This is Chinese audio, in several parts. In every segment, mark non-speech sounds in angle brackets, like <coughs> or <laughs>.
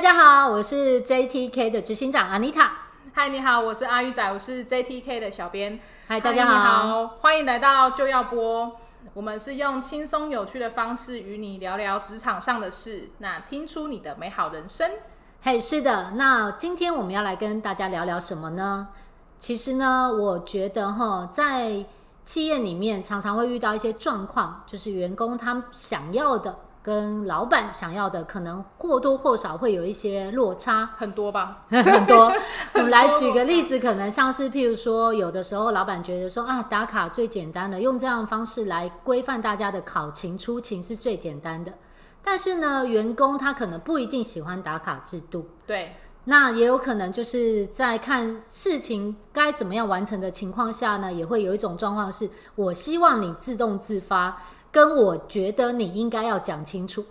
家好，我是 JTK 的执行长 Anita。嗨，你好，我是阿鱼仔，我是 JTK 的小编。嗨，大家你好，欢迎来到就要播。我们是用轻松有趣的方式与你聊聊职场上的事，那听出你的美好人生。嘿是的，那今天我们要来跟大家聊聊什么呢？其实呢，我觉得哈，在企业里面常常会遇到一些状况，就是员工他们想要的跟老板想要的，可能或多或少会有一些落差。很多吧？很多。我们来举个例子，可能像是譬如说，有的时候老板觉得说啊，打卡最简单的，用这样的方式来规范大家的考勤出勤是最简单的。但是呢，员工他可能不一定喜欢打卡制度，对，那也有可能就是在看事情该怎么样完成的情况下呢，也会有一种状况是，我希望你自动自发，跟我觉得你应该要讲清楚，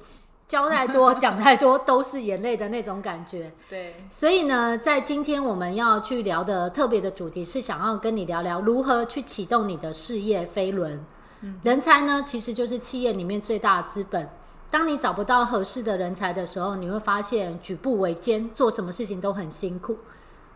教太多讲太多都是眼泪的那种感觉。对，所以呢，在今天我们要去聊的特别的主题是想要跟你聊聊如何去启动你的事业飞轮。人才呢，其实就是企业里面最大的资本。当你找不到合适的人才的时候，你会发现举步维艰，做什么事情都很辛苦。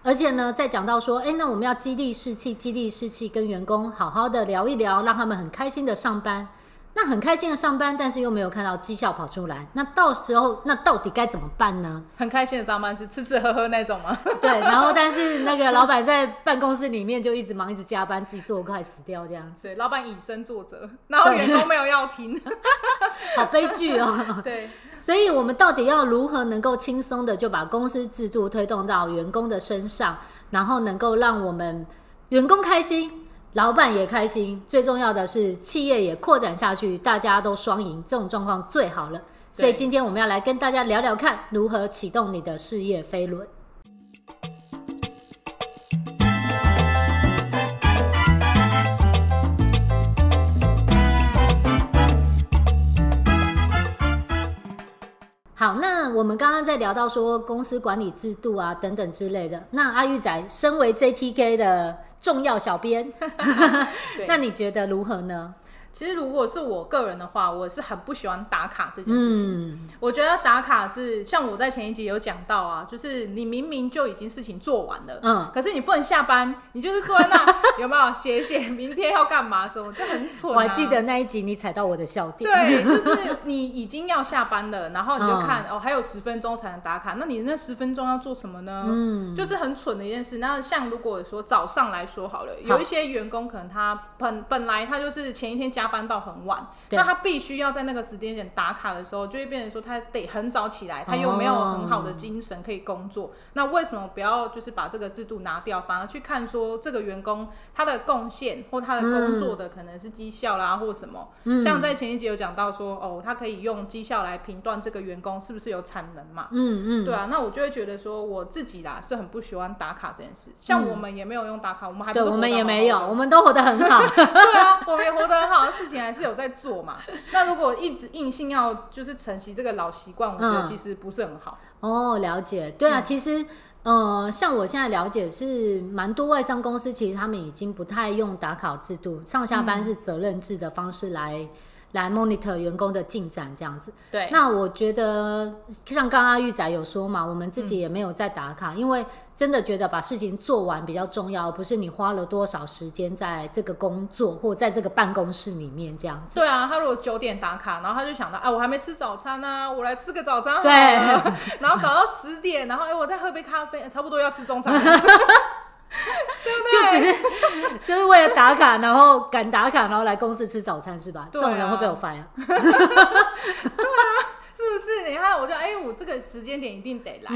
而且呢，再讲到说，诶，那我们要激励士气，激励士气，跟员工好好的聊一聊，让他们很开心的上班。那很开心的上班，但是又没有看到绩效跑出来，那到时候那到底该怎么办呢？很开心的上班是吃吃喝喝那种吗？对，然后但是那个老板在办公室里面就一直忙，一直加班，自己做快死掉这样， <laughs> 对，老板以身作则，然后员工没有要 <laughs> 听。好悲剧哦。 <laughs> 对，所以我们到底要如何能够轻松的就把公司制度推动到员工的身上，然后能够让我们员工开心，老板也开心，最重要的是企业也扩展下去，大家都双赢，这种状况最好了。所以对今天我们要来跟大家聊聊看如何启动你的事业飞轮。好，那我们刚刚在聊到说公司管理制度啊等等之类的。那阿玉仔身为 JTK 的重要小编， <laughs> 对那你觉得如何呢？其实如果是我个人的话，我是很不喜欢打卡这件事情。嗯，我觉得打卡是像我在前一集有讲到啊，就是你明明就已经事情做完了，嗯可是你不能下班，你就是坐在那 <laughs> 有没有写一写明天要干嘛什么，就很蠢、啊。我还记得那一集你踩到我的笑点。对，啊就是你已经要下班了，然后你就嗯看、哦，还有十分钟才能打卡，那你那十分钟要做什么呢？嗯，就是很蠢的一件事。那像如果说早上来说好了，有一些员工可能他本本来他就是前一天加班到很晚，对那他必须要在那个时间点打卡的时候，就会变成说他得很早起来，他又没有很哦好的精神可以工作。那为什么不要就是把这个制度拿掉，反而去看说这个员工他的贡献或他的工作的可能是绩效啦，或什么？嗯像在前一集有讲到说，哦，他可以用绩效来评断这个员工是不是有产能嘛？嗯嗯，对啊，那我就会觉得说，我自己啦是很不喜欢打卡这件事。像我们也没有用打卡，我们还嗯不对，是我们活得也好没有，好的我们都活得很好。<laughs> <laughs> 对啊，我们也活得很好，事情还是有在做嘛。那如果一直硬性要就是承袭这个老习惯，我觉得嗯其实不是很好。哦，了解，对嗯啊，其实，呃，像我现在了解是蛮多外商公司，其实他们已经不太用打卡制度，上下嗯班是责任制的方式来、来 monitor 员工的进展这样子。对，那我觉得，像刚刚阿玉仔有说嘛，我们自己也没有在打卡，因为真的觉得把事情做完比较重要，而不是你花了多少时间在这个工作或在这个办公室里面这样 <laughs> 子。对啊，他如果九点打卡，然后他就想到，哎，我还没吃早餐啊，我来吃个早餐好了。对 <laughs> 然后搞到十点，然后哎，我再喝杯咖啡，哎差不多要吃中餐了。 <laughs> 就只是就是为了打卡，然后赶打卡，然后来公司吃早餐是吧？这对啊种人会被我 fire。是不是？你看，我就哎、我这个时间点一定得来，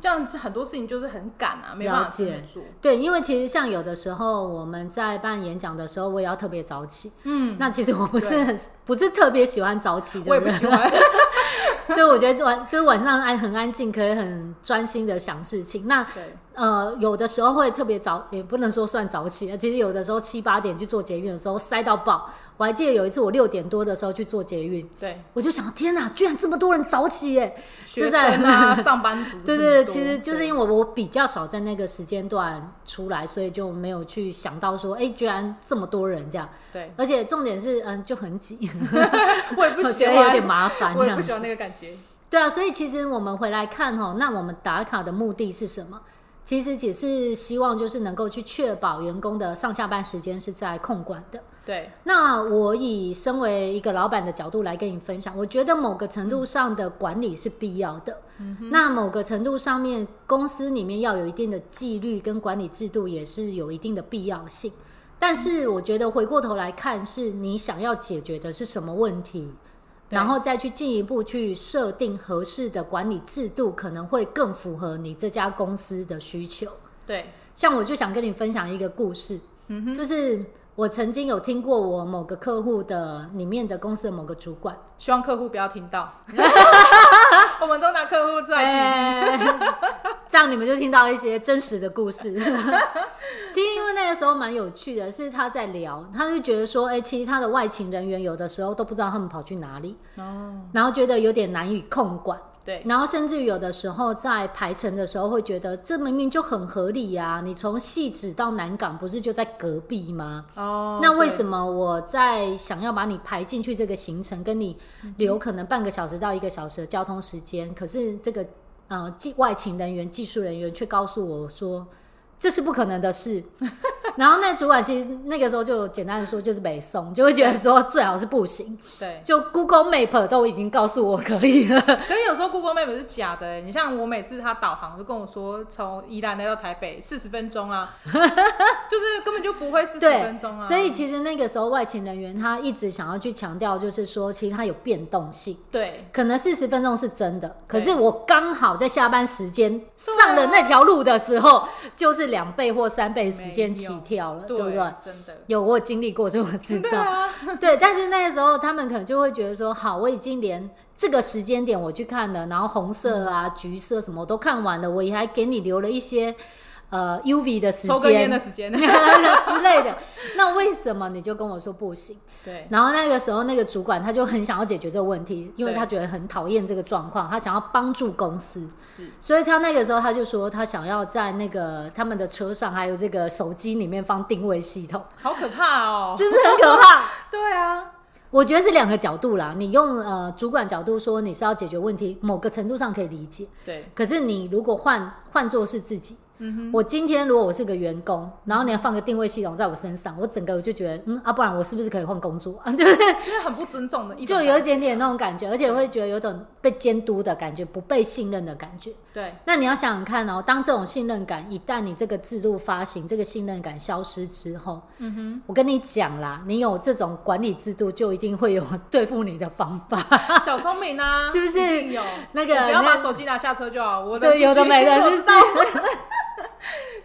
这样就很多事情就是很赶啊，没办嗯了法这解么做。对，因为其实像有的时候我们在办演讲的时候，我也要特别早起。嗯，那其实我不是很不是特别喜欢早起的人，我也不喜欢。 <laughs> 所以我觉得晚就是晚上安很安静，可以很专心的想事情。那对，呃，有的时候会特别早，也不能说算早起啊。其实有的时候七八点去做捷运的时候塞到爆。我还记得有一次我六点多的时候去做捷运，对，我就想天哪，居然这么多人早起耶！学是在 <laughs> 生啊，上班族很多，对对对，其实就是对因为我我比较少在那个时间段出来，所以就没有去想到说，哎、居然这么多人这样，对，而且重点是，嗯，就很挤，我也不我喜觉得 <laughs> 欢，有点麻烦我这也样不喜子。欢那个感觉。对啊，所以其实我们回来看哈、那我们打卡的目的是什么？其实也是希望就是能够去确保员工的上下班时间是在控管的。对，那我以身为一个老板的角度来跟你分享，我觉得某个程度上的管理是必要的。那某个程度上面，公司里面要有一定的纪律跟管理制度，也是有一定的必要性。但是我觉得回过头来看，是你想要解决的是什么问题，对然后再去进一步去设定合适的管理制度，可能会更符合你这家公司的需求。对，像我就想跟你分享一个故事，嗯哼，就是我曾经有听过我某个客户的里面的公司的某个主管，希望客户不要听到， <laughs> <laughs> 我们都拿客户出来举例。哎 <laughs> 这样你们就听到一些真实的故事。 <laughs> 其实因为那个时候蛮有趣的，是他在聊，他就觉得说，哎、其实他的外勤人员有的时候都不知道他们跑去哪里，哦，然后觉得有点难以控管。对，然后甚至于有的时候在排程的时候会觉得这明明就很合理呀、你从细指到南港不是就在隔壁吗？哦，那为什么？么我在想要把你排进去这个行程，跟你嗯留可能半个小时到一个小时的交通时间，可是这个呃技外勤人员、技术人员却告诉我说这是不可能的事。 <laughs> 然后那主管其实那个时候就简单的说就是北送，就会觉得说最好是不行，对，就 Google Map 都已经告诉我可以了。可是有时候 Google Map 是假的、欸，你像我每次他导航就跟我说从宜兰来到台北四十分钟啊，就是根本就不会四 <laughs> 十对，分钟啊。所以其实那个时候外勤人员他一直想要去强调，就是说其实它有变动性。对可能四十分钟是真的，可是对我刚好在下班时间上了那条路的时候，就是两倍或三倍时间起跳了，对不对？真的有我有经历过，所以我知对道。啊，对，但是那个时候他们可能就会觉得说，好，我已经连这个时间点我去看了，然后红色嗯啊、橘色什么我都看完了，我也还给你留了一些呃 UV 的时抽根烟间的时 <laughs> 间。之类的。那为什么你就跟我说不行？ <laughs> 对然后那个时候，那个主管他就很想要解决这个问题，因为对他觉得很讨厌这个状况，他想要帮助公司， <laughs> 是，所以他那个时候他就说他想要在那个他们的车上还有这个手机里面放定位系统，好可怕哦、 <laughs> 这是很可怕。对啊， <laughs> 我觉得是两个角度啦，你用呃主管角度说你是要解决问题，某个程度上可以理解。对，可是你如果换换做是自己，嗯我今天如果我是个员工，然后你要放个定位系统在我身上，我整个我就觉得，嗯啊，不然我是不是可以换工作 <laughs> 啊？就是哼，就是很不尊重的一种就感觉，有一点点那种感觉，而且会觉得有种被监督的感觉，不被信任的感觉。对那你要想想看哦，当这种信任感一旦你这个制度发行，这个信任感消失之后，嗯哼，我跟你讲啦，你有这种管理制度，就一定会有对付你的方法。 <laughs> 小聪明啊，是不是一定有那个你不要那把手机拿下车就好，我对，有的没 <laughs> 的，是不道。是？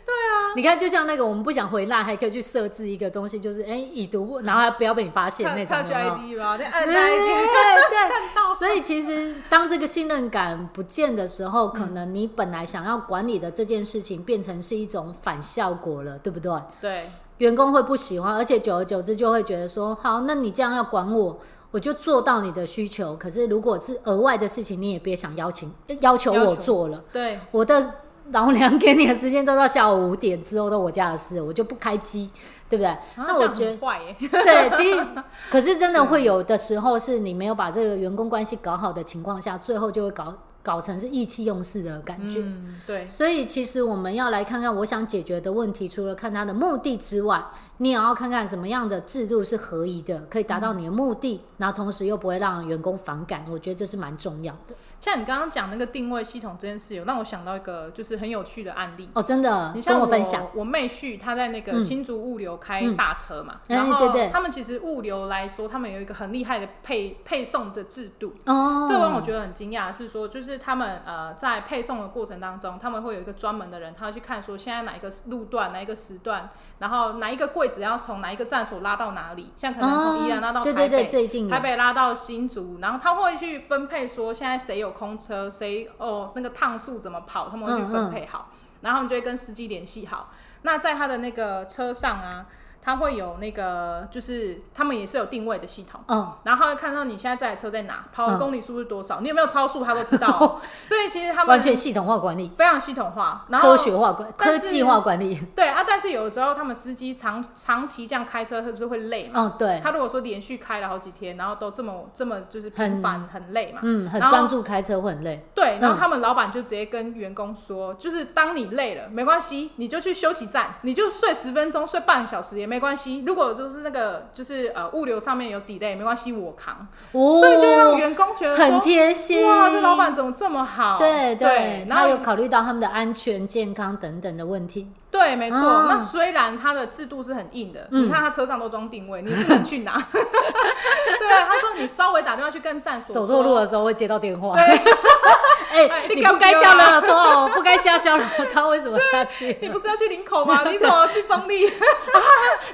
对啊，你看，就像那个我们不想回来，还可以去设置一个东西，就是哎、已读，然后还不要被你发现那看种上去有没有 ID 吧，再按对 ID，对，所以其实当这个信任感不见的时候，可能你本来想要管理的这件事情，变成是一种反效果了，对不对？对员工会不喜欢，而且久而久之就会觉得说，好，那你这样要管我，我就做到你的需求。可是如果是额外的事情，你也别想邀请要求要我求做了，对，我的老娘给你的时间都到下午五点之后都我家的事，我就不开机，对不对？那我觉得得坏欸耶， <laughs> 对，其实可是真的啊会有的时候是你没有把这个员工关系搞好的情况下，最后就会搞搞成是意气用事的感觉。嗯，对所以其实我们要来看看我想解决的问题，除了看它的目的之外，你也要看看什么样的制度是合宜的，可以达到你的目的，然后同时又不会让员工反感。我觉得这是蛮重要的像你刚刚讲那个定位系统这件事，有让我想到一个就是很有趣的案例。哦，真的跟你，像我分享。，我妹婿他在那个嗯新竹物流开嗯大车嘛，哎然后对对他们其实物流来说，他们有一个很厉害的配配送的制度。哦，这让我觉得很惊讶，是说就是他们呃在配送的过程当中，他们会有一个专门的人，他会去看说现在哪一个路段、哪一个时段，然后哪一个柜子要从哪一个站所拉到哪里，像可能从宜兰拉到哦台对北，对对，这一定有台北拉到新竹，然后他会去分配说现在谁有空车，谁哦那个趟数怎么跑，他嗯们会去分配好，然后他们就会跟司机联系好。那在他的那个车上啊，它会有那个，就是他们也是有定位的系统，嗯，然后他会看到你现在这台车在哪，跑嗯的公里数是多少，你有没有超速，他都知道哦、 <laughs> 所以其实他们完全系统化管理、非常系统化，然后科学化管、科但是技化管理。对啊，但是有的时候他们司机长长期这样开车，他就是会累嘛。嗯，对，他如果说连续开了好几天，然后都这么这么就是频繁很累嘛，嗯，很然后专注开车会很累。对，然嗯后他们老板就直接跟员工说，就是当你累了，没关系，你就去休息站，你就睡十分钟，睡半个小时也没关系。如果就是那个就是呃物流上面有 delay，没关系，我扛。哦所以就让员工觉得说很贴心。哇，这老板怎么这么好？对对，然他后有考虑到他们的安全、健康等等的问题。对，没错。啊那虽然它的制度是很硬的，嗯你看它车上都装定位，你是能去拿？ <laughs> 对，啊他说你稍微打电话去跟站所走错说路的时候会接到电话。对哎、哎你你不敢该丢下啊 <laughs> 了头，不该下小了他为什么要去？你不是要去林 <laughs> 口吗？你怎么去中立？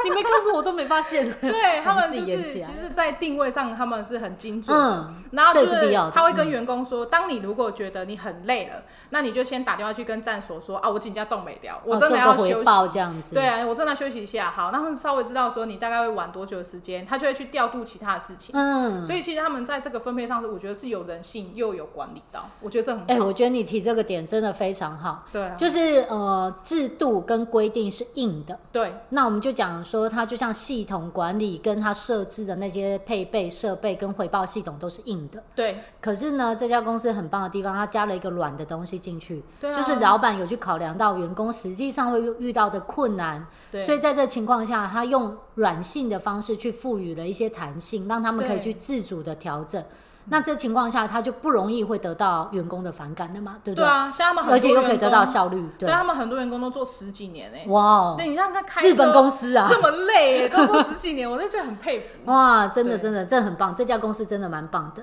你没告诉我都没发现。 <laughs> 对他们自己就演是，起来其实，在定位上他们是很精准的。嗯，然后这就也是必要的他会跟员工说，当你如果觉得你很累了，那你就先打电话去跟站所说啊，我请假动没掉，我哦真做的要个休回息。报这样子。对啊，我真的休息一下。好，那他们稍微知道说你大概会晚多久的时间，他就会去调度其他的事情。嗯，所以其实他们在这个分配上，我觉得是有人性又有管理到，我觉得这很好。哎、我觉得你提这个点真的非常好，对啊，就是呃，制度跟规定是硬的。对那我们就讲说，它就像系统管理跟它设置的那些配备、设备跟回报系统都是硬的。对可是呢，这家公司很棒的地方，它加了一个软的东西进去，对啊，就是老板有去考量到员工实际上会遇到的困难，对所以在这情况下，他用软性的方式去赋予了一些弹性，让他们可以去自主的调整。那这情况下，他就不容易会得到员工的反感的嘛，对不对对？啊，像他们很多而且又可以员得到工效率，对他们很多员工都做十几年哎、哇哦对，你让他开日本车公司啊，这么累、欸，都做十几年，我就觉得很佩服。哇，真的对真的，这很棒，这家公司真的蛮棒的。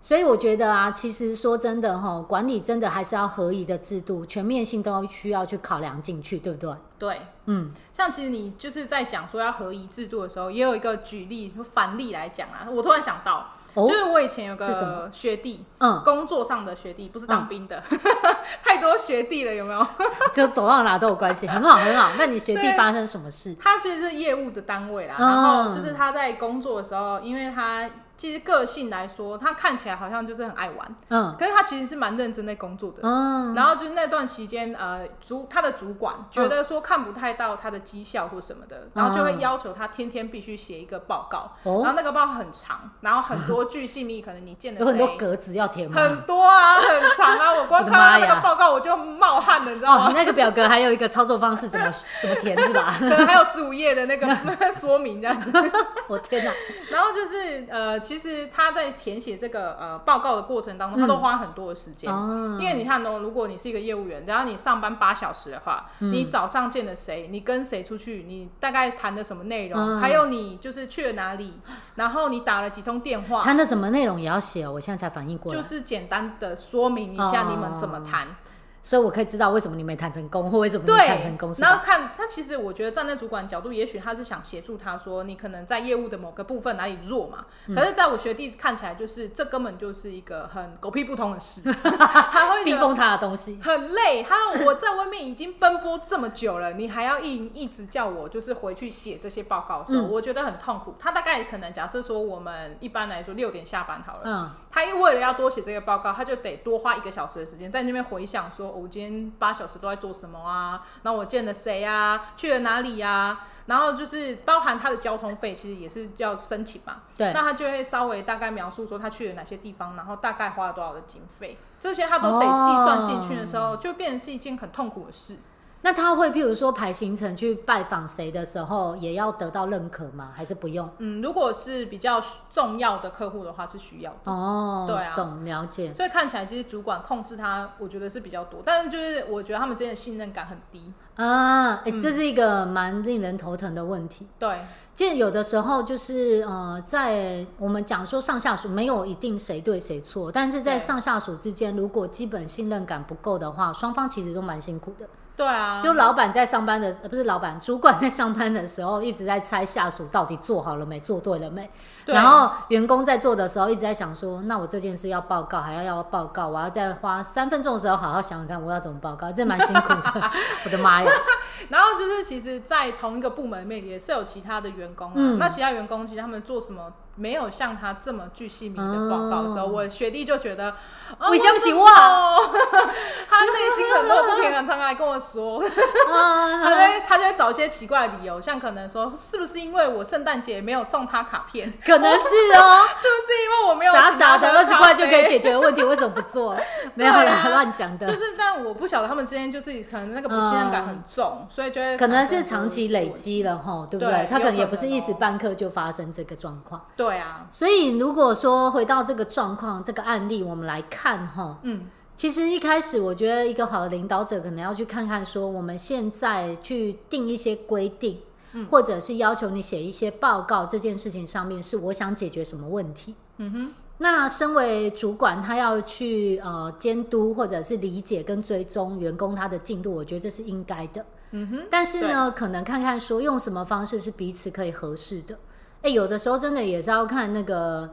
所以我觉得啊，其实说真的哈、管理真的还是要合宜的制度，全面性都需要去考量进去，对不 <laughs> 对？对，嗯，像其实你就是在讲说要合一制度的时候，也有一个举例反例来讲啊，我突然想到，哦就，是我以前有是什个学弟，嗯，工作上的学弟，不是嗯当兵的， <laughs> 太多学弟了，有没有？ <laughs> 就走到哪都有关系，很好很好。那你学弟对啊发生什么事？他其实是业务的单位啦，嗯然后就是他在工作的时候，因为他其实个性来说，他看起来好像就是很爱玩，嗯可是他其实是蛮认真在工作的。嗯，然后就是那段期间，呃，主他的主管觉得说看不太到他的绩效或什么的，然后就会要求他天天必须写一个报告，然后嗯哦，那个报告很长，然后很多句细密，可能你见 <laughs> 了有很多谁格子要填吗？很多啊，很长啊， <laughs> 我光我的看妈到呀那个报告我就冒汗了，你知道哦，吗？那个表格还有一个操作方式，怎么怎么填是吧？ <laughs> 可能还有十五页的那个 <laughs> 说明这样子。我天哪！然后就是呃，其实他在填写这个呃报告的过程当中，他都花很多的时间。嗯哦因为你看哦，如果你是一个业务员，然后你上班八小时的话，嗯你早上见了谁，你跟谁出去，你大概谈的什么内容，嗯还有你就是去了哪里，然后你打了几通电话，谈的什么内容也要写哦，我现在才反应过来，就是简单的说明一下你们怎么哦谈。所以我可以知道为什么你没谈成功，或为什么你对谈成功，是然后吧？看他，其实我觉得站在主管角度，也许他是想协助他说，你可能在业务的某个部分哪里弱嘛。可嗯是在我学弟看起来，就是这根本就是一个很狗屁不通 <laughs> 的事，他会逼觉得疯他的东 <laughs> 西，很累。他说我在外面已经奔波这么久了，你还要一一直叫我就是回去写这些报告的时候，嗯我觉得很痛苦。他大概可能假设说我们一般来说六点下班好了，嗯，他为了要多写这个报告，他就得多花一个小时的时间在那边回想说，哦我今天八小时都在做什么啊？那我见了谁啊？去了哪里啊？然后就是包含他的交通费，其实也是要申请嘛。对那，他就会稍微大概描述说他去了哪些地方，然后大概花了多少的经费，这些他都得计算进去的时候，就变成是一件很痛苦的事。那他会譬如说排行程去拜访谁的时候，也要得到认可吗？还是不用？嗯，如果是比较重要的客户的话，是需要的。哦，对啊懂了解。所以看起来，其实主管控制他，我觉得是比较多，但是就是我觉得他们之间的信任感很低。啊，哎、这是一个蛮令人头疼的问题。对，其实有的时候就是呃，在我们讲说上下属没有一定谁对谁错，但是在对上下属之间，如果基本信任感不够的话，双方其实都蛮辛苦的。对啊，就老板在上班的，呃不是老板，主管在上班的时候一直在猜下属到底做好了没，做对了没。对然后员工在做的时候一直在想说，那我这件事要报告，还要要报告，我要再花三分钟的时候好好想想看我要怎么报告，这蛮辛苦 <laughs> 的。我的妈呀！然后就是，其实，在同一个部门里面也是有其他的员工啊。嗯那其他员工其实他们做什么没有像他这么具细明的报告的时候，哦我学弟就觉得，啊为什么是我？为什么 <laughs> 他内心很多不平衡，常常来跟我 <laughs> 说，他就啊，会他就会找一些奇怪的理由，像可能说，是不是因为我圣诞节没有送他卡片？ <laughs> 可能是哦。是不是因为我没有傻请傻他的喝二十咖块就可以啡解决的问题，为什么不做？没有对啦，啊乱讲的就。是，但我不晓得他们之间就是可能那个不信任感很重，所以就嗯会可能产是生长期这个累问题。积了吼，对不对对？他可能有也可不是能一时哦半刻就发生这个状况。对啊，所以如果说回到这个状况、这个案例，我们来看吼，嗯，其实一开始我觉得一个好的领导者可能要去看看说，我们现在去定一些规定，嗯或者是要求你写一些报告，这件事情上面是我想解决什么问题。嗯哼，那身为主管，他要去呃监督或者是理解跟追踪员工他的进度，我觉得这是应该的。嗯哼。但是呢，可能看看说用什么方式是彼此可以合适的。哎、有的时候真的也是要看那个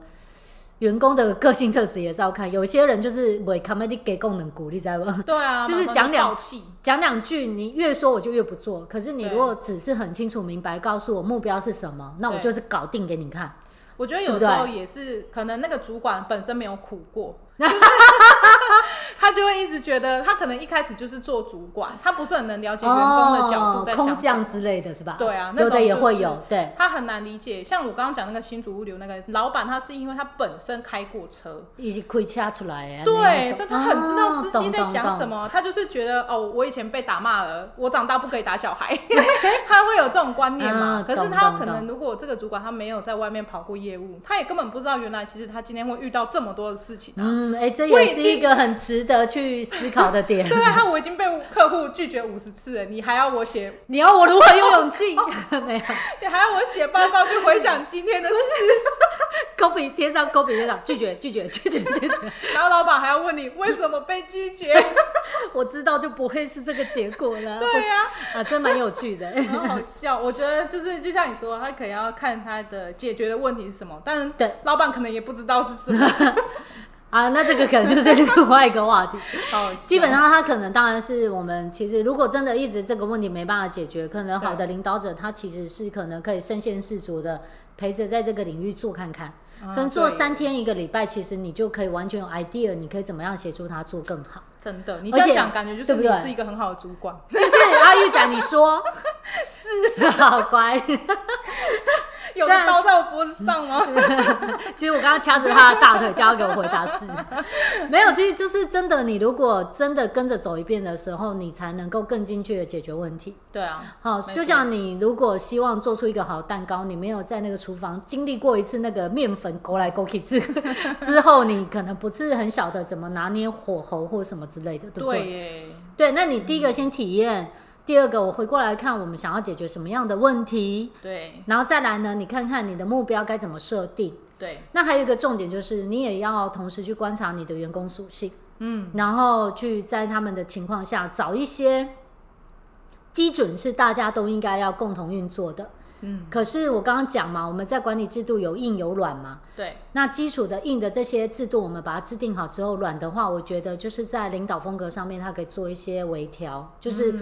员工的个性特质，也是要看。有些人就是伪 comedy 给功能鼓励，在吗？ <laughs> 对啊，就是马上讲两爆气，讲两句，你越说我就越不做。可是你对如果只是很清楚明白告诉我目标是什么，那我对就是搞定给你看。我觉得对有不时对候也是，可能那个主管本身没有苦过， <laughs> 就是 <laughs> 他就会一直觉得他可能一开始就是做主管，他不是很能了解员工的角度在哦、空想什么降之类的是吧？对啊那有的种也就会是有，对。他很难理解。像我刚刚讲那个新竹物流那个老板，他是因为他本身开过车，已经亏掐出来哎，对，那种所以他很知道司机在哦想懂什懂懂么，他就是觉得哦，我以前被打骂了，我长大不可以打小孩， <laughs> 他会有这种观念嘛？啊可是懂他懂可能懂如果这个主管他没有在外面跑过业务，他也根本不知道原来其实他今天会遇到这么多的事情啊。嗯，哎、这我也已是经一个很值得去思考的 <laughs> 点。 <laughs> 对啊，我已经被客户拒绝五十次了，你还要我写，你要我如何有勇气？ <laughs> 没有，你还要我写报告去回想今天的事， <laughs> 勾比贴上，勾比贴上，拒绝，拒绝，拒绝，拒绝。然后老板还要问你为什么被拒绝， <laughs> 我知道就不会是这个结果了。对呀、啊，真蛮有趣的。 <laughs> 很好笑。我觉得就是就像你说，他可能要看他的解决的问题是什么，但对老板可能也不知道是 <laughs> 什么。啊，那这个可能就是另外一个话题。好笑基本上，他可能当然是我们其实如果真的一直这个问题没办法解决，可能好的领导者他其实是可能可以身先士卒的陪着在这个领域做看看，嗯可能做对三天一个礼拜，其实你就可以完全有 idea，你可以怎么样协助他做更好。真的，你而这样且讲，感觉就对是不你对是一个很好的主 <laughs> 管。是不是？阿玉仔，你说是？ <laughs> 好乖。有但个刀在我脖子 <laughs> 上吗？其实我刚刚掐着他的大腿，叫他给我回答是。 <laughs> 没有，其实就是真的，你如果真的跟着走一遍的时候，你才能够更精确的解决问题。对啊，好，没错就像你如果希望做出一个好蛋糕，你没有在那个厨房经历过一次那个面粉勾来勾去之 <laughs> 之后，你可能不是很晓得怎么拿捏火候或什么之类 <laughs> 的，对不对？对耶，对，那你第一个先体验，第二个我回过来看我们想要解决什么样的问题，对然后再来呢，你看看你的目标该怎么设定。对，那还有一个重点就是，你也要同时去观察你的员工属性，嗯，然后去在他们的情况下找一些基准是大家都应该要共同运作的。嗯，可是我刚刚讲嘛，我们在管理制度有硬有软嘛。对那基础的硬的这些制度，我们把它制定好之后，软的话，我觉得就是在领导风格上面，它可以做一些微调，就是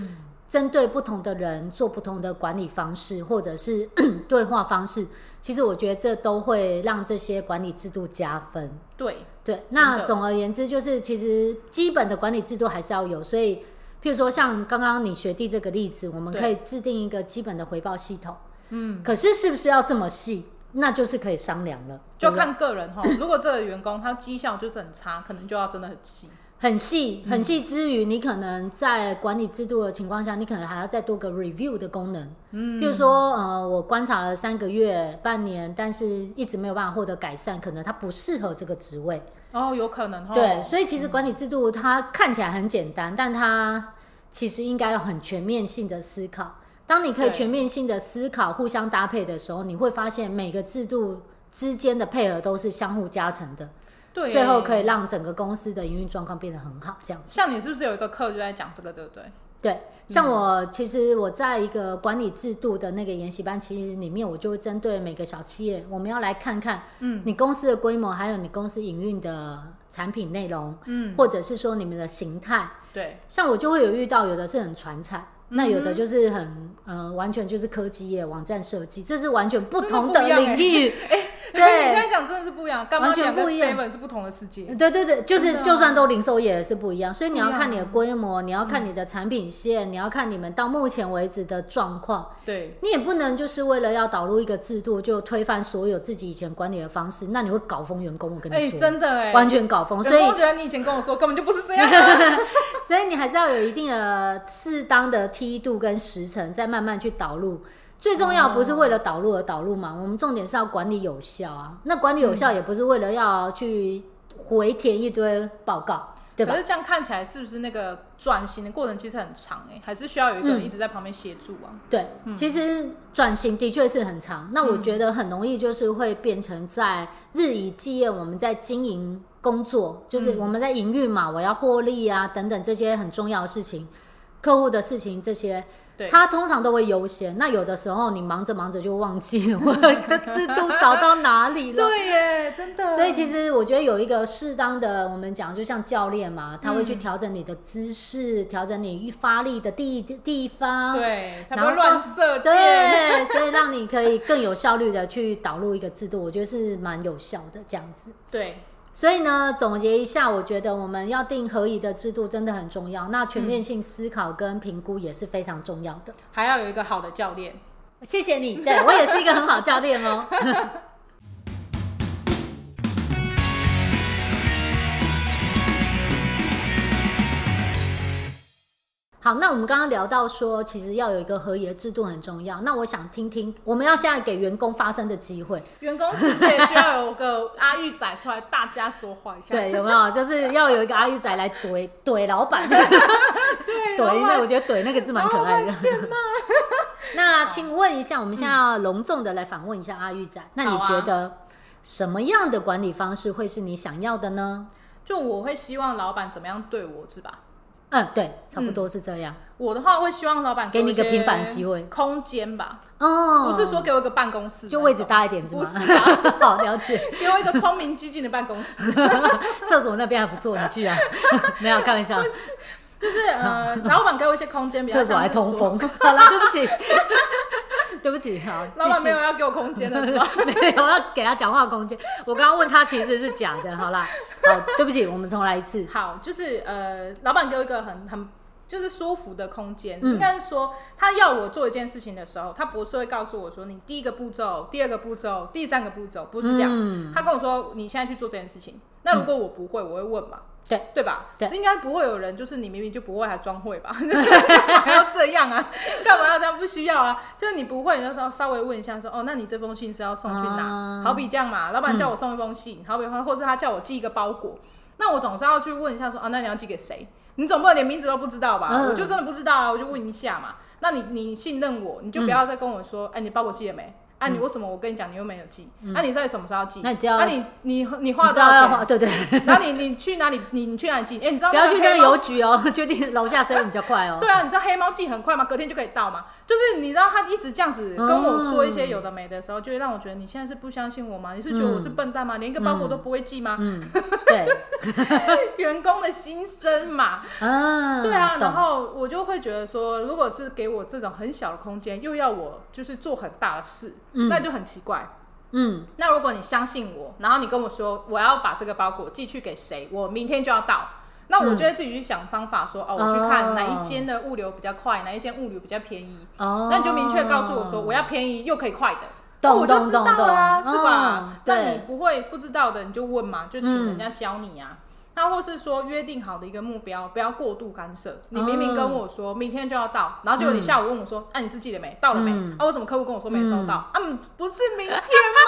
针对不同的人做不同的管理方式，或者是 <clears throat> 对话方式。其实我觉得这都会让这些管理制度加分。对，对，那的总而言之，就是其实基本的管理制度还是要有，所以譬如说像刚刚你学弟这个例子，我们对可以制定一个基本的回报系统。嗯，可是是不是要这么细，那就是可以商量了，就对不对看个人哈。如果这个员工他绩效就是很差，可能就要真的很细。很细嗯很细之余，你可能在管理制度的情况下，你可能还要再多个 review 的功能。嗯，譬如说，呃，我观察了三个月、半年，但是一直没有办法获得改善，可能它不适合这个职位。哦，嗯有可能哈。对，所以其实管理制度它看起来很简单，但它其实应该有很全面性的思考。当你可以对全面性的思考、互相搭配的时候，你会发现每个制度之间的配合都是相互加成的，对，最后可以让整个公司的营运状况变得很好。这样像你是不是有一个课就在讲这个，对不对？对，像我、其实我在一个管理制度的那个研习班，其实里面我就会针对每个小企业，我们要来看看，嗯，你公司的规模，还有你公司营运的产品内容，嗯，或者是说你们的形态，对，像我就会有遇到，有的是很传产，那有嗯的就是很呃，完全就是科技业、网站设计，这是完全不同真的不一样欸领哎域。 <laughs> 你现 <laughs> 对在讲真的是不一样，干嘛完全两个不一样 seven 是不同的世界？对对对，就真是的啊就算都零售业也是不一样，所以你要不一样看你的规模，你要看你的产品线，你要看你们到目前为止的状况。对，你也不能就是为了要导入一个制度就推翻所有自己以前管理的方式，那你会搞疯员工。我跟哎、你说，真的哎、完全搞疯。员所以工觉得你以前跟我说根本就不是 <laughs> 这样，啊所以你还是要有一定的适当的梯度跟时程，再慢慢去导入。最重要不是为了导入而导入嘛，我们重点是要管理有效啊。那管理有嗯效也不是为了要去回填一堆报告，对吧可？是这样看起来是不是那个转型的过程其实很长哎、还是需要有一个人嗯一直在旁边协助啊？对，其实转型的确是很长。那我觉得很容易就是会变成在日以继夜，我们在经营工作，就是我们在营运嘛，我要获利啊等等这些很重要的事情，客户的事情这些对，他通常都会优先。那有的时候你忙着忙着就忘记了 <laughs> 我的制度搞到哪里了。对耶，真的。所以其实我觉得有一个适当的，我们讲就像教练嘛，他会去调整你的姿势，调整你发力的地地方，对，才然后不会乱告射箭。对，所以让你可以更有效率的去导入一个制度，我觉得是蛮有效的这样子。对，所以呢，总结一下，我觉得我们要定合宜的制度真的很重要。那全面性思考跟评估也是非常重要的。还要有一个好的教练。谢谢你，对我也是一个很好教练哦。 <laughs> 好，那我们刚刚聊到说，其实要有一个合宜的制度很重要。那我想听听，我们要现在给员工发声的机 <laughs> 会，员工世界需要 <laughs> 有个阿玉仔出来，大家说话一下。对，有没有？就是要有一个阿玉仔来怼怼老 <laughs> 板，对， <laughs> 怼老那板我觉得怼那个字蛮可爱的。啊那请问一下，我们现在要隆重的来访问一下阿玉仔，那你嗯好啊觉得什么样的管理方式会是你想要的呢？就我会希望老板怎么样对我，是吧？嗯，对，差不多是这样。我的话会希望老板给你我一个些平凡的机会空间吧，哦，不是说给嗯我一个办公室，就位置，大一点是吗不？是啊， <laughs> <laughs> 好了解，给我一个聪明激进的办公室， <laughs> 厕所那边还不错，你去啊？ <laughs> 没有开玩笑，就是 <laughs> 呃，老板给我一些空间，比较厕像所还是通说。风。好了，对不起， <laughs> 对不起，好，老板继没续有。要给我空间 <laughs> 的是吧？没有要给他讲话空间。我刚刚问他其实是假的，好啦，好，对不起，我们重来一次。好，就是呃，老板给我一个很很就是舒服的空间，嗯应该是说他要我做一件事情的时候，他不是会告诉我说你第一个步骤、第二个步骤、第三个步骤，不是这样。嗯他跟我说你现在去做这件事情，那如果我不会，我会问嘛。对对吧？对应该不会有人就是你明明就不会还装 <laughs> 会吧？还要这样啊？干嘛要这样？不需要啊！就是你不会，你就稍稍微问一下说，哦，那你这封信是要送去哪？啊嗯好比这样嘛，老板叫我送一封信，好比或或是他叫我寄一个包裹，那我总是要去问一下说，啊，那你要寄给谁？你总不能连名字都不知道吧？嗯我就真的不知道啊，我就问一下嘛。那你你信任我，你就不要再跟我嗯说，哎、你包裹寄了没？啊，你为什么我跟你讲你又没有寄？啊，你到底什么时候要寄？那你知道啊你你你你花知了多少道要钱？花对对， <laughs> 然后你你去哪里？你你去哪里寄？哎、你知道不要去那黑个猫邮局哦， <laughs> 确定楼下 seven 比较快哦。对啊，你知道黑猫寄很快吗？隔天就可以到吗？就是你知道他一直这样子跟我说一些有的没的时候，就会让我觉得你现在是不相信我吗？你是觉得我是笨蛋吗？连一个包裹都不会寄吗？嗯，对， <laughs> 员工的心声嘛，啊，对啊。然懂，后我就会觉得说，如果是给我这种很小的空间，又要我就是做很大的事，嗯那就很奇怪。嗯，那如果你相信我，然后你跟我说我要把这个包裹寄去给谁，我明天就要到，那我就会自己去想方法说，哦，我去看哪一间的物流比较快，哪一间物流比较便宜，哦，那你就明确告诉我说我要便宜又可以快的。懂那哦我就懂知道懂啦、懂是吧？嗯对那嗯你不会不知道的，你就问嘛，就请人家教你啊。那或是说约定好的一个目标，不要过度干嗯涉。你明明跟我说、明天就要到，然后结果你下午问我说：“啊，你是寄了没？到了没？嗯啊，为什么客户跟我说没收嗯到？啊，不是明天吗？ <laughs>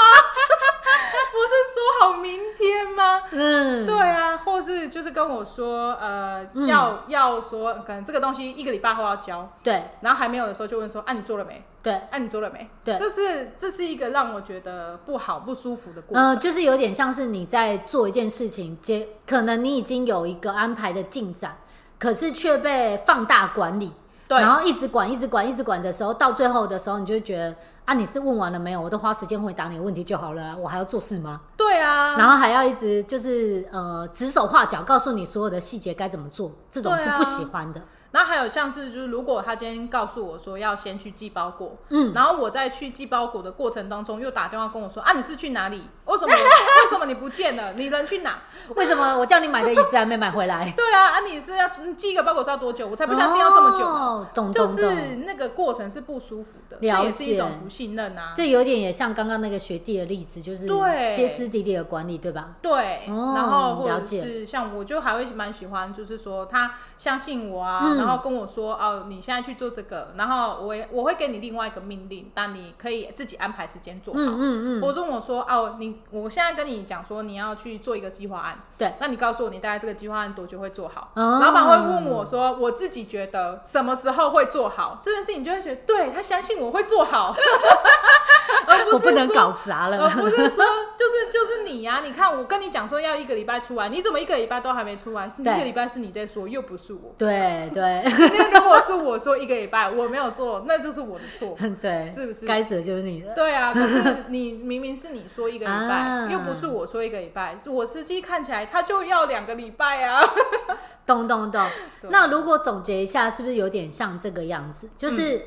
不是说好明天吗？”嗯，对啊，或是次就是跟我说，呃，嗯要要说可能这个东西一个礼拜后要交，对然后还没有的时候就问说，啊你做了没？对，啊你做了没？对这是这是一个让我觉得不好不舒服的过呃，程。就是有点像是你在做一件事情，结可能你已经有一个安排的进展，可是却被放大管理，对然后一直管、一直管、一直管的时候，到最后的时候，你就会觉得啊，你是问完了没有？我都花时间回答你的问题就好了啊，我还要做事吗？对啊，然后还要一直就是呃指手画脚，告诉你所有的细节该怎么做，这种对是啊不喜欢的。然后还有像是就是如果他今天告诉我说要先去寄包裹，嗯，然后我在去寄包裹的过程当中，又打电话跟我说啊，你是去哪里？为什 <laughs> 么？为什么你不见了？你人去哪？？为什么我叫你买的椅子还没买回来对啊，啊，你是要你寄一个包裹是要多久？我 <laughs> 才不相信要这么久呢。哦，懂就懂懂。是那个过程是不舒服的，这了也是一解种不信任啊。这有点也像刚刚那个学弟的例子，就是对歇斯底里的管理，对吧？对，哦然后或了者解是像我就还会蛮喜欢，就是说他相信我啊，嗯然后跟我说哦，你现在去做这个，然后我也我会给你另外一个命令，但你可以自己安排时间做好。嗯嗯嗯，我跟我说哦，你我现在跟你讲说你要去做一个计划案，对，那你告诉我你大概这个计划案多久会做好？哦老板会问我说，我自己觉得什么时候会做好这件事情，你就会觉得对他相信我会 <laughs> 做好，而不我是不能说搞砸而了。呃不是说就是就是你呀、你看我跟你讲说要一个礼拜出来，你怎么一个礼拜都还没出来？是对。一个礼拜是你在说，又不是我 <laughs> 对对 <laughs> 今天如果是我说一个礼拜我没有做，那就是我的错。对，是不是该死的就是你的？对啊，可是你明明是你说一个礼拜，啊又不是我说一个礼拜，我实际看起来他就要两个礼拜啊。 <laughs> 懂懂懂。对那如果总结一下，是不是有点像这个样子？嗯就是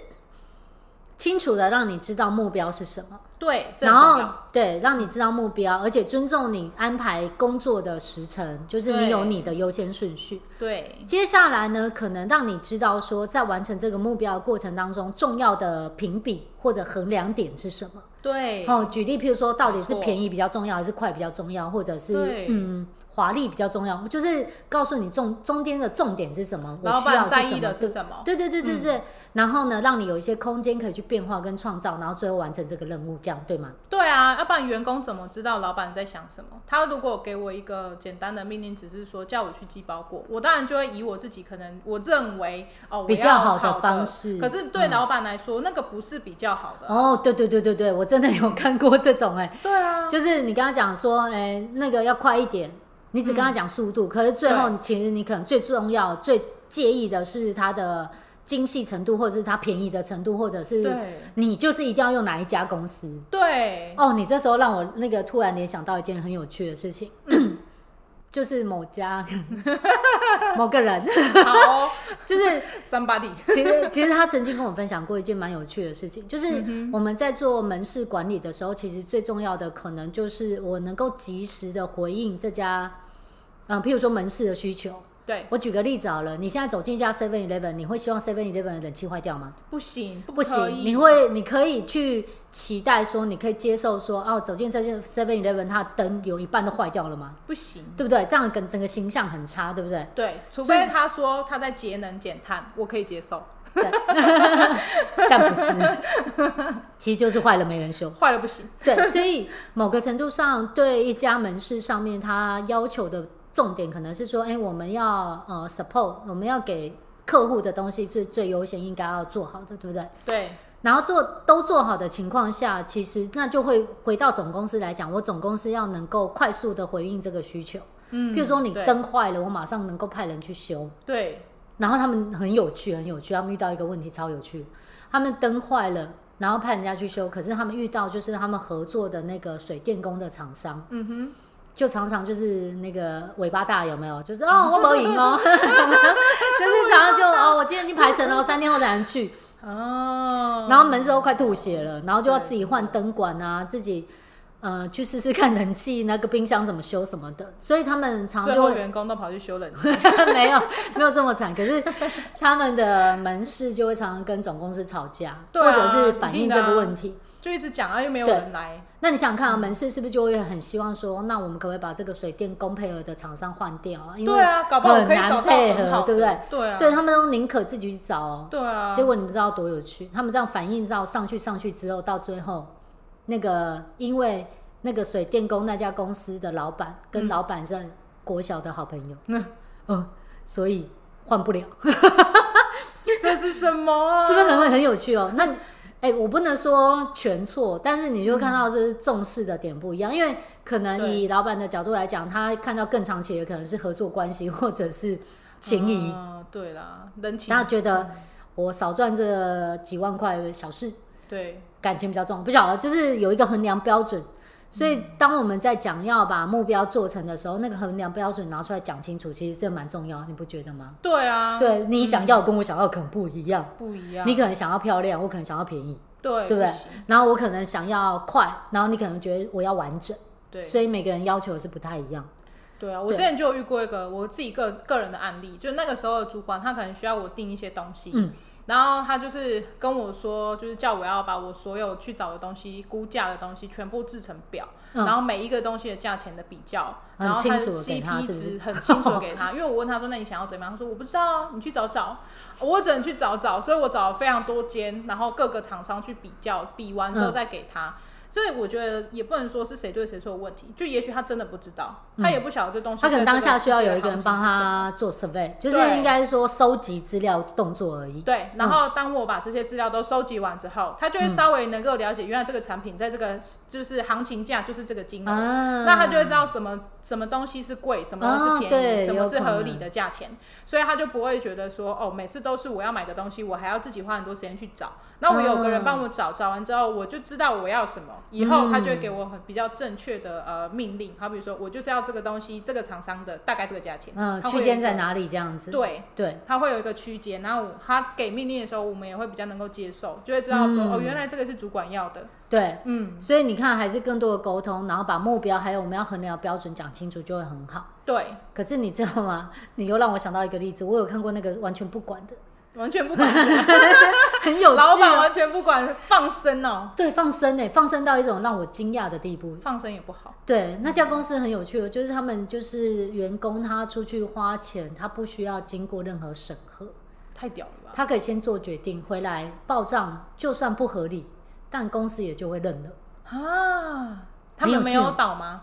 清楚的让你知道目标是什么，对，这然很重后要对，让你知道目标，而且尊重你安排工作的时程，就是你对有你的优先顺序。对接下来呢，可能让你知道说，在完成这个目标的过程当中，重要的评比或者衡量点是什么。对哦，举例，譬如说，到底是没错便宜比较重要，还是快比较重要，或者是对嗯华丽比较重要，就是告诉你重中间的重点是什么，我老需要板是在什意的么。是什么？嗯对对对对对，然后呢，让你有一些空间可以去变化跟创造，然后最后完成这个任务，这样对吗？对啊，要不然员工怎么知道老板在想什么？他如果给我一个简单的命令，只是说叫我去寄包裹，我当然就会以我自己可能我认为哦比较好好的方式可是对老板来说，那个不是比较好的。哦，对对对对对，我真的有看过这种哎、对啊，就是你跟他讲说，哎、那个要快一点，你只跟嗯他讲速度，可是最后其实你可能最重要、最介意的是它的精细程度，或者是它便宜的程度，或者是对你就是一定要用哪一家公司。对，哦，你这时候让我那个突然联想到一件很有趣的事情， <coughs> 就是某家 <laughs> 某个人， <laughs> 好哦就是，somebody，其实， <laughs> 其实他曾经跟我分享过一件蛮有趣的事情，嗯就是我们在做门市管理的时候，其实最重要的可能就是我能够及时的回应这家，嗯、譬如说门市的需求。对，我举个例子好了，你现在走进一家 Seven Eleven，你会希望 Seven Eleven 的冷气坏掉吗？不行，不可行，以你会，你可以去期待说，你可以接受说，哦，走进 Seven Seven Eleven，它的灯有一半都坏掉了吗？不行，对不对？这样跟整个形象很差，对不对？对，除所以非他说他在节能减碳，我可以接受， <laughs> 但不是，其实就是坏了没人修。坏了不行，对，所以某个程度上，对一家门市上面，它要求的重点可能是说，哎，我们要呃 support，我们要给客户的东西是最优先应该要做好的，对不对？对然后做都做好的情况下，其实那就会回到总公司来讲，我总公司要能够快速的回应这个需求。嗯譬如说你对灯坏了，我马上能够派人去修。对，然后他们很有趣，很有趣。他们遇到一个问题超有趣，他们灯坏了，然后派人家去修，可是他们遇到就是他们合作的那个水电工的厂商，嗯哼。就常常就是那个尾巴大有没有？就是哦，我没赢 <laughs> 哦，就是常常就哦，我今天已经排成了，三天后才能 <laughs> 去，哦，然后门市都快吐血了，然后就要自己换灯管啊，自己。呃，去试试看冷气那个冰箱怎么修什么的，所以他们常常最就后会员工都跑去修冷气， <laughs> 没有没有这么惨，可是他们的门市就会常常跟总公司吵架，对啊或者是反映这一定的个啊问题。就一直讲啊，又没有人来，那你想想看啊，门市是不是就会很希望说，那我们可不可以把这个水电工配合的厂商换掉啊？因对为啊，搞不好我可以找难到配很好合，的，对不对？？对啊，对他们都宁可自己去找哦。对啊，结果你不知道多有趣，他们这样反映到上去上去之后，到最后嗯那个因为那个水电工那家公司的老板跟老板是国小的好朋友，嗯嗯，所以换不了， <laughs> 这是什么 <laughs> 啊？是不是很很有趣哦？那你哎、我不能说全错，但是你就看到是重视的点不一样，因为可能以老板的角度来讲，他看到更长期的可能是合作关系或者是情谊，嗯对啦，人情他、觉得我少赚这几万块小事，对，感情比较重要，不晓得就是有一个衡量标准。所以，当我们在讲要把目标做成的时候，那个衡量标准拿出来讲清楚，其实这蛮重要，你不觉得吗？对啊，对你想要跟我想要可能不一样，不一样，你可能想要漂亮，我可能想要便宜，对对不对行然后我可能想要快，然后你可能觉得我要完整，对所以每个人要求是不太一样。对啊，我对之前就有遇过一个我自己个个人的案例，就那个时候的主管他可能需要我订一些东西，嗯然后他就是跟我说，就是叫我要把我所有去找的东西、估价的东西全部制成表，嗯然后每一个东西的价钱的比较，很然后清他楚的地给他 CP 是不是值很清楚地 <laughs> 给他，因为我问他说那你想要怎么样，他说我不知道啊，你去找找，我只能去找找，所以我找了非常多间，然后各个厂商去比较，比完之后嗯再给他。所以我觉得也不能说是谁对谁错的问题，就也许他真的不知道，他也不晓得这东西。嗯他可能当下需要有一个人帮。他做 survey，就是对应该说收集资料动作而已。对，然后当我把这些资料都收集完之后，他嗯就会稍微能够了解，原来这个产品在这个就是行情价就是这个金额，啊，那他就会知道什么什么东西是贵，什么东西是便宜，哦对什么是合理有可的价钱，所以他就不会觉得说哦，每次都是我要买个东西，我还要自己花很多时间去找。那我有个人帮我找，找完之后我就知道我要什么，以后他就会给我很比较正确的呃命令，好比说我就是要这个东西，这个厂商的大概这个价钱，嗯，他会区间有一个在？哪里这样子？对，对，他会有一个区间，然后我他给命令的时候，我们也会比较能够接受，就会知道说、嗯哦，原来这个是主管要的，对，嗯，所以你看，还是更多的沟通，然后把目标还有我们要衡量的标准讲清楚，就会很好。对，可是你知道吗？ <laughs> 你又让我想到一个例子，我有看过那个完全不管的，完全不管，很有趣老板哦。完全不管，放生哦，对，放生哎、放生到一种让我惊讶的地步。放生也不好，对，那家公司很有趣哦，就是他们就是员工他出去花钱，他不需要经过任何审核，太屌了吧？他可以先做决定，回来报账，就算不合理，但公司也就会认了。 <laughs> 啊，他很有们趣没有倒吗？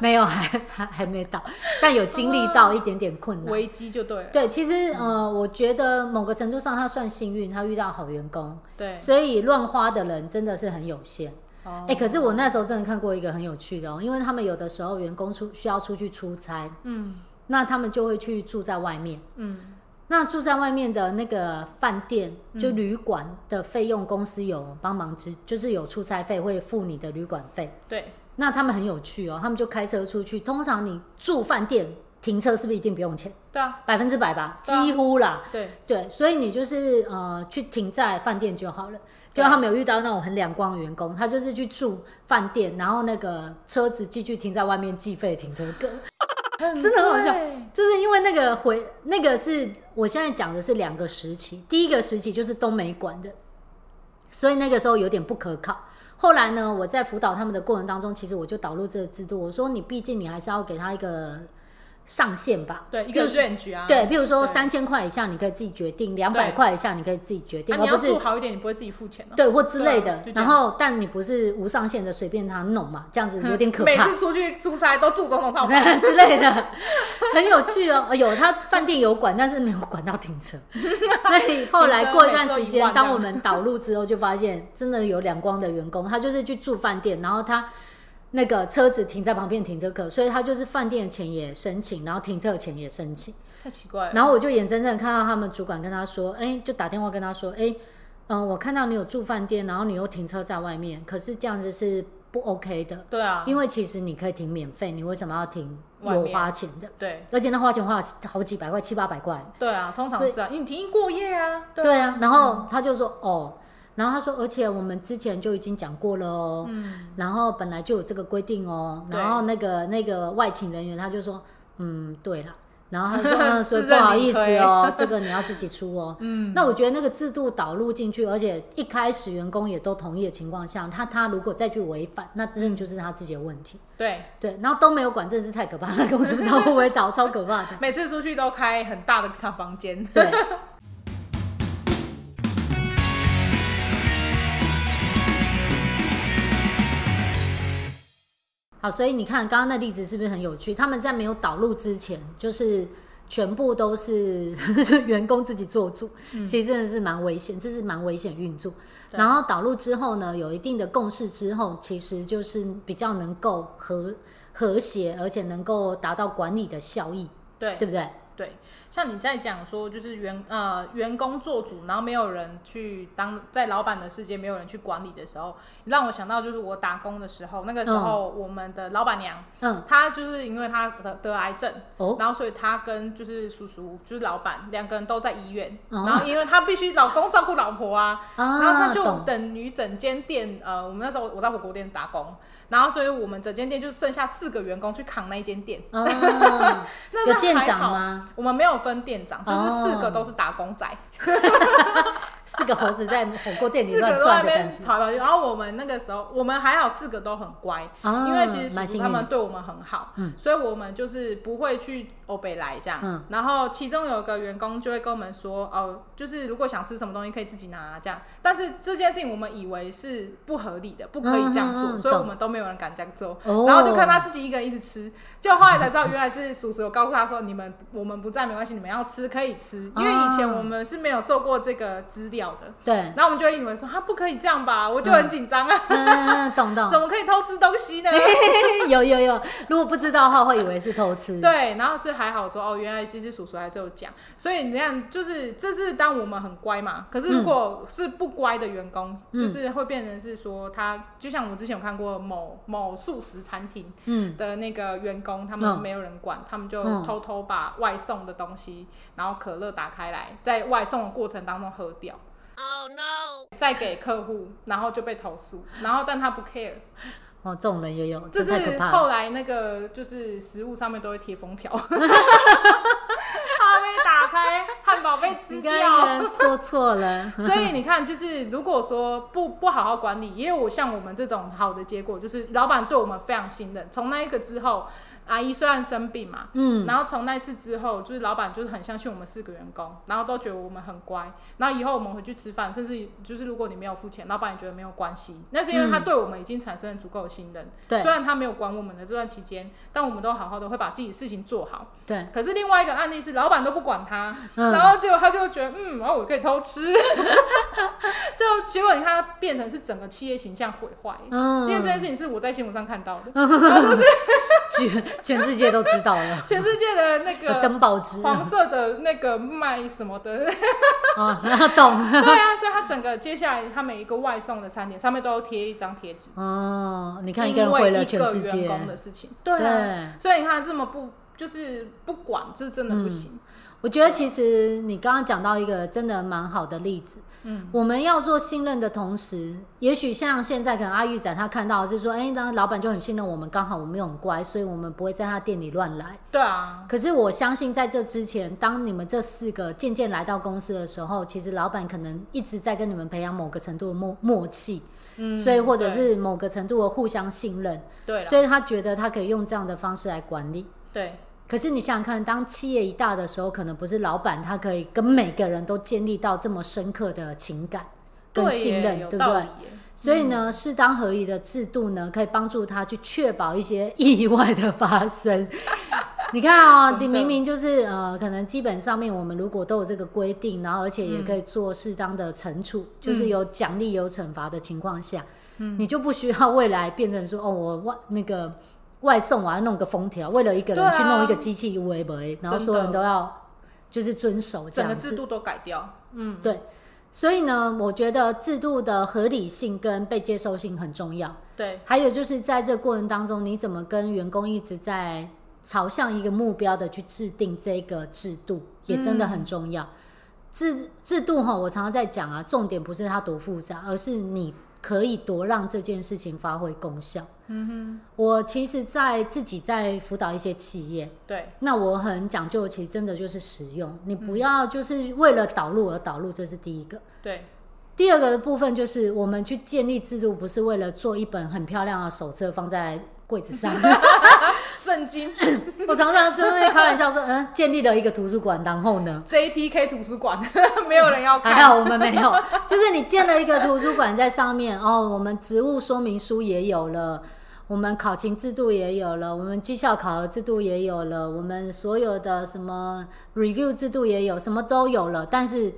没有，还还还没到，但有经历到一点点困难。危机就对了，对，其实呃，我觉得某个程度上他算幸运，他遇到好员工，对，所以乱花的人真的是很有限。哦哎、可是我那时候真的看过一个很有趣的哦，因为他们有的时候员工出需要出去出差，嗯那他们就会去住在外面。嗯，那住在外面的那个饭店，就旅馆的费用，公司有帮忙支，就是有出差费会付你的旅馆费。对，那他们很有趣哦，他们就开车出去。通常你住饭店停车是不是一定不用钱？对啊，百分之百吧，对啊几乎啦。对，对，所以你就是呃去停在饭店就好了。啊就他们有遇到那种很两光的员工，他就是去住饭店，然后那个车子继续停在外面计费停车格，真的很好笑对。就是因为那个回那个是我现在讲的是两个时期，第一个时期就是东美馆的，所以那个时候有点不可靠。后来呢，我在辅导他们的过程当中，其实我就导入这个制度，我说你毕竟你还是要给他一个上限吧，对，比一个如说 range 啊，对，比如说对三千块以下你可以自己决定，两百对块以下你可以自己决定，啊，而你不要是住好一点，你不会自己付钱哦。对或之类的对啊。就这然样后，但你不是无上限的随便他弄嘛，这样子 <laughs> 有点可每怕次出去出差都住总统套 <laughs> 房，之类的，很有趣哦。呃有他饭店有管，但是没有管到停 <laughs> 车，所以后来过一段时每次都一间，万啊当这样我们导入之后，就发现 <laughs> 真的有两光的员工，他就是去住饭店，然后他。那个车子停在旁边停车格，所以他就是饭店的钱也申请，然后停车的钱也申请，太奇怪了。然后我就眼睁睁地看到他们主管跟他说，哎、就打电话跟他说，哎、嗯，我看到你有住饭店，然后你又停车在外面，可是这样子是不 OK 的，对啊，因为其实你可以停免费，你为什么要停外有面花钱的？对而且那花钱花了好几百块，七八百块。对啊，通常是啊，你停过夜啊，对对啊，然后他就说哦，然后他说，而且我们之前就已经讲过了哦，然后本来就有这个规定哦，嗯对然后那个那个外勤人员他就说，嗯，对啦。然后他就 <laughs> 说，嗯，所以自不认好理意思亏哦，这个你要自己出 <laughs> 哦。嗯，那我觉得那个制度导入进去，而且一开始员工也都同意的情况下，他他如果再去违反，那真的就是他自己的问题。对，对，然后都没有管，真的是太可怕了， <laughs> 公司不知道会不会倒，超可怕的。每次出去都开很大的套房间。对。 <laughs> 好，所以你看刚刚那例子是不是很有趣？他们在没有导入之前，就是全部都是 <laughs> 就员工自己做主，其实真的是蛮危险，这是蛮危险运作。嗯对然后导入之后呢，有一定的共识之后，其实就是比较能够和和谐，而且能够达到管理的效益，对对不对？对，像你在讲说，就是员呃员工做主，然后没有人去当在老板的世界，没有人去管理的时候，让我想到就是我打工的时候，那个时候我们的老板娘，嗯，她就是因为她得得癌症，哦，然后所以她跟就是叔叔就是老板两个人都在医院，哦然后因为她必须老公照顾老婆啊，然后啊，他就懂，等于整间店，呃，我们那时候我在火锅店打工，然后所以我们整间店就剩下四个员工去扛那一间店。啊，那有是店还长好？吗？我们没有分店长，就是四哦个都是打工仔，四个猴子在火锅店里四个乱都在那窜的感边觉，跑来跑去。然后我们那个时候，我们还好，四个都很乖，啊，因为其实蛮叔叔幸他运们的，对我们很好，嗯所以我们就是不会去欧北来这样。嗯然后其中有一个员工就会跟我们说，哦，就是如果想吃什么东西可以自己拿、这样。但是这件事情我们以为是不合理的，不可以这样做，嗯嗯嗯所以我懂们都没有人敢这样做。哦然后就看他自己一个人一直吃，就后来才知道原来是叔叔有告诉他说，你们我们不在没关系，你们要吃可以吃，因为以前啊我们是没有受过这个资料的。对，然后我们就会以为说，他、啊不可以这样吧，我就很紧张啊，嗯，懂懂 <laughs> 怎，么可以偷吃东西呢？ <laughs> 有有有，如果不知道的话，会以为是偷吃，对，然后是还好说哦，原来其实叔叔还是有讲，所以你看，就是这是当我们很乖嘛，可是如果是不乖的员工，嗯就是会变成是说他，就像我之前有看过某某素食餐厅嗯，的那个员工，他们嗯没有人管，他们就嗯偷偷把外送的东西，然后可乐打开来，在外送的过程当中喝掉。Oh no！再给客户，然后就被投诉，然后但他不 care，哦，这种人也有，就这太可是怕后了，来那个就是食物上面都会贴封条， <laughs> 咖啡打开，汉堡被吃你掉，跟。人做错了所以你看，就是如果说不不好好管理，也有像我们这种好的结果，就是老板对我们非常信任。从那一个之后，阿姨虽然生病嘛，嗯，然后从那次之后，就是老板就是很相信我们四个员工，然后都觉得我们很乖。然后以后我们回去吃饭，甚至就是如果你没有付钱，老板也觉得没有关系。那是因为他对我们已经产生了足够的信任。嗯对虽然他没有管我们的这段期间，但我们都好好的会把自己的事情做好。对，可是另外一个案例是，老板都不管他，嗯然后结果他就会觉得，嗯，然后我可以偷吃， <laughs> 就结果你看他变成是整个企业形象毁坏。因为嗯，这件事情是我在新闻上看到的，全全世界都知道 <laughs> 了，全世界的那个有登报纸黄色的那个卖什么的，啊，懂了，<laughs> 对啊，所以他整个接下来他每一个外送的餐点上面都贴一张贴纸，哦，你看一因个人为毁一了个全世员界，工的事情，对啊，对。所以你看这么不就是不管，这真的不行，我觉得其实你刚刚讲到一个真的蛮好的例子，嗯，我们要做信任的同时，也许像现在可能阿玉仔他看到的是说，哎、那老板就很信任我们，刚好我们又很乖，所以我们不会在他店里乱来。对啊，可是我相信在这之前，当你们这四个渐渐来到公司的时候，其实老板可能一直在跟你们培养某个程度的默默契，嗯，所以或者是某个程度的互相信任，对了，所以他觉得他可以用这样的方式来管理。对可是你想想看，当企业一大的时候，可能不是老板他可以跟每个人都建立到这么深刻的情感跟对耶信任，有对不道对理？耶所以嗯呢，适当合宜的制度呢，可以帮助他去确保一些意外的发 <laughs> 生。你看哦，你真的明明就是呃，可能基本上面我们如果都有这个规定，然后而且也可以做适当的惩嗯处，就是有奖励有惩罚的情况下，你就不需要未来变成说哦，我外那个外送我要弄个封条，为了一个对啊人去弄一个机器 U A 然后所有人都要就是遵守这整个样子制。度都改掉，嗯，对，所以呢，我觉得制度的合理性跟被接受性很重要。对还有就是在这过程当中，你怎么跟员工一直在朝向一个目标的去制定这个制度，也真的很重要。制制度哈，我常常在讲啊，重点不是它多复杂，而是你可以多让这件事情发挥功效。嗯哼，我其实在自己在辅导一些企业，对那我很讲究，其实真的就是实用，你不要就是为了导入而导入，这是第一个。对第二个的部分就是我们去建立制度，不是为了做一本很漂亮的手册放在柜子上。圣经我常常就是会开玩笑说，嗯，建立了一个图书馆，然后呢？ JTK 图书馆没有人要还看，好我们没有， <laughs> 就是你建了一个图书馆在上面哦，我们植物说明书也有了，我们考勤制度也有了，我们绩效考核制度也有了，我们所有的什么 review 制度也有，什么都有了。但是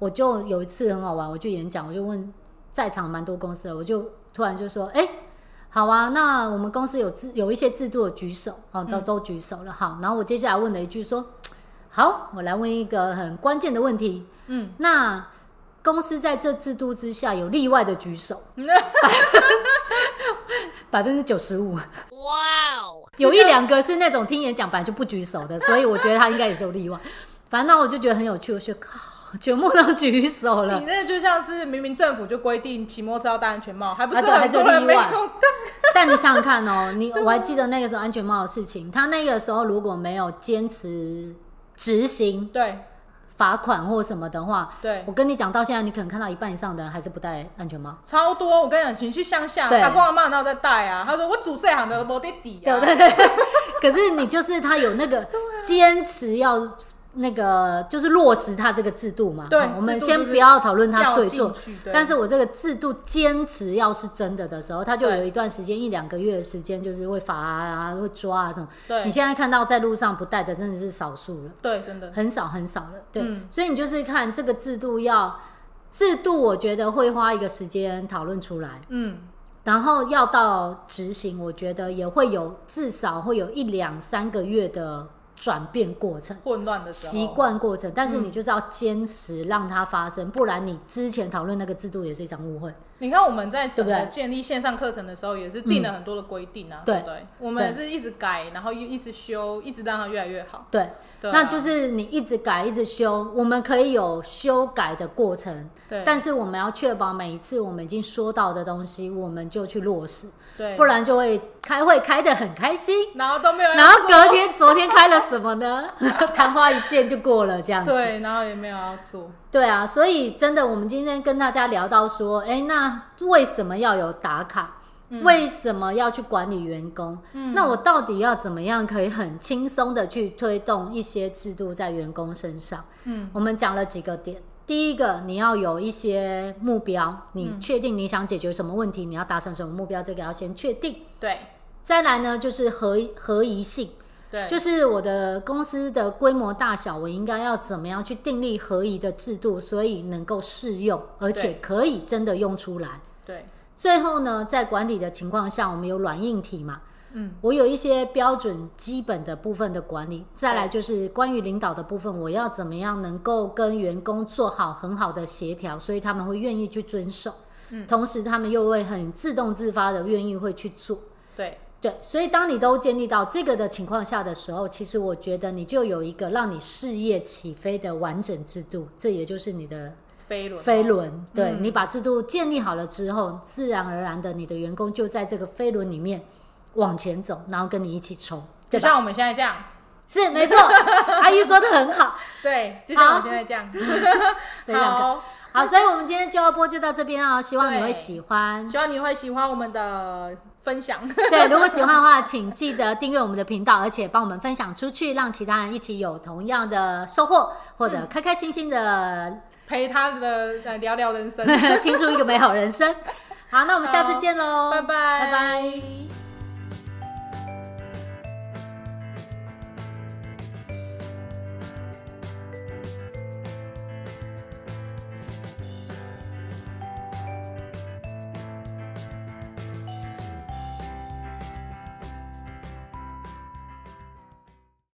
我就有一次很好玩，我去演讲，我就问在场蛮多公司的，我就突然就说，哎、好啊，那我们公司有制有一些制度的举手，哦，嗯都都举手了，好。然后我接下来问了一句说，好，我来问一个很关键的问题，嗯，那公司在这制度之下有例外的举手，百分之九十五。哇哦，有一两个是那种听演讲本来就不举手的，所以我觉得他应该也是有例外。反正那我就觉得很有趣，我觉得靠，全部都举手了 <laughs> 你。那就像是明明政府就规定骑摩托车要戴安全帽，还不是啊对很多人没有还是有戴？但你想想看哦，你我还记得那个时候安全帽的事情，他那个时候如果没有坚持执行对罚款或什么的话，对我，跟你讲，到现在你可能看到一半以上的人还是不戴安全帽。超多。我跟你讲，你去乡下，对阿公阿妈那在戴啊，他说我煮这行的没得底啊对。对对。 <laughs> 可是你就是他有那 <laughs> 个坚持要那个，就是落实他这个制度嘛。对哦我们制度先就是不要讨论他要对进错去，对但是我这个制度坚持要是真的的时候，他就对有一段时间一两个月的时间，就是会罚啊、会抓啊什么。对你现在看到在路上不戴的真的是少数了。对，真的。很少很少了，对，嗯所以你就是看这个制度要制度，我觉得会花一个时间讨论出来，嗯，然后要到执行，我觉得也会有至少会有一两三个月的转变过程、混乱的时候习。惯过程，但是你就是要坚持让它发生，不然你之前讨论那个制度也是一场误会。你看我们在整对个不对建立线上课程的时候，也是定了很多的规定啊，对对不对？我们也对是一直改，然后又一直修，一直让它越来越好。对，对啊那就是你一直改一直修，我们可以有修改的过程，对，但是我们要确保每一次我们已经说到的东西，我们就去落实。对，不然就会开会开得很开心，然后都没有 <laughs> 人然要后做，隔天昨天开了什么呢？ <laughs> 昙花一现就过了这样子。对，然后也没有要做，对啊，所以真的，我们今天跟大家聊到说，哎，那为什么要有打卡？为什么要去管理员工？那我到底要怎么样可以很轻松的去推动一些制度在员工身上？嗯，我们讲了几个点。第一个，你要有一些目标，你确定你想解决什么问题，你要达成什么目标，这个要先确定。对再来呢，就是合合宜性，对，就是我的公司的规模大小，我应该要怎么样去订立合宜的制度，所以能够适用，而且对可以真的用出来。对，最后呢，在管理的情况下，我们有软硬体嘛，嗯，我有一些标准基本的部分的管理，再来就是关于领导的部分，我要怎么样能够跟员工做好很好的协调，所以他们会愿意去遵守，嗯同时他们又会很自动自发的愿意会去做。对对，所以当你都建立到这个的情况下的时候，其实我觉得你就有一个让你事业起飞的完整制度，这也就是你的飞轮飞轮。嗯对、你把制度建立好了之后，自然而然的，你的员工就在这个飞轮里面往前走，然后跟你一起冲，就对吧？像我们现在这样，是没错，阿姨说的很好。对，就像好我们现在这样，非常 <laughs> 好，好，所以我们今天就要播就到这边哦，希望你会对喜欢。希望你会喜欢我们的分享， <laughs> <laughs> 对，如果喜欢的话，请记得订阅我们的频道，而且帮我们分享出去，让其他人一起有同样的收获，或嗯者开开心心 <laughs> 的陪他的呃聊聊人生，听出一个美好人生。好，那我们下次见喽，拜拜拜拜。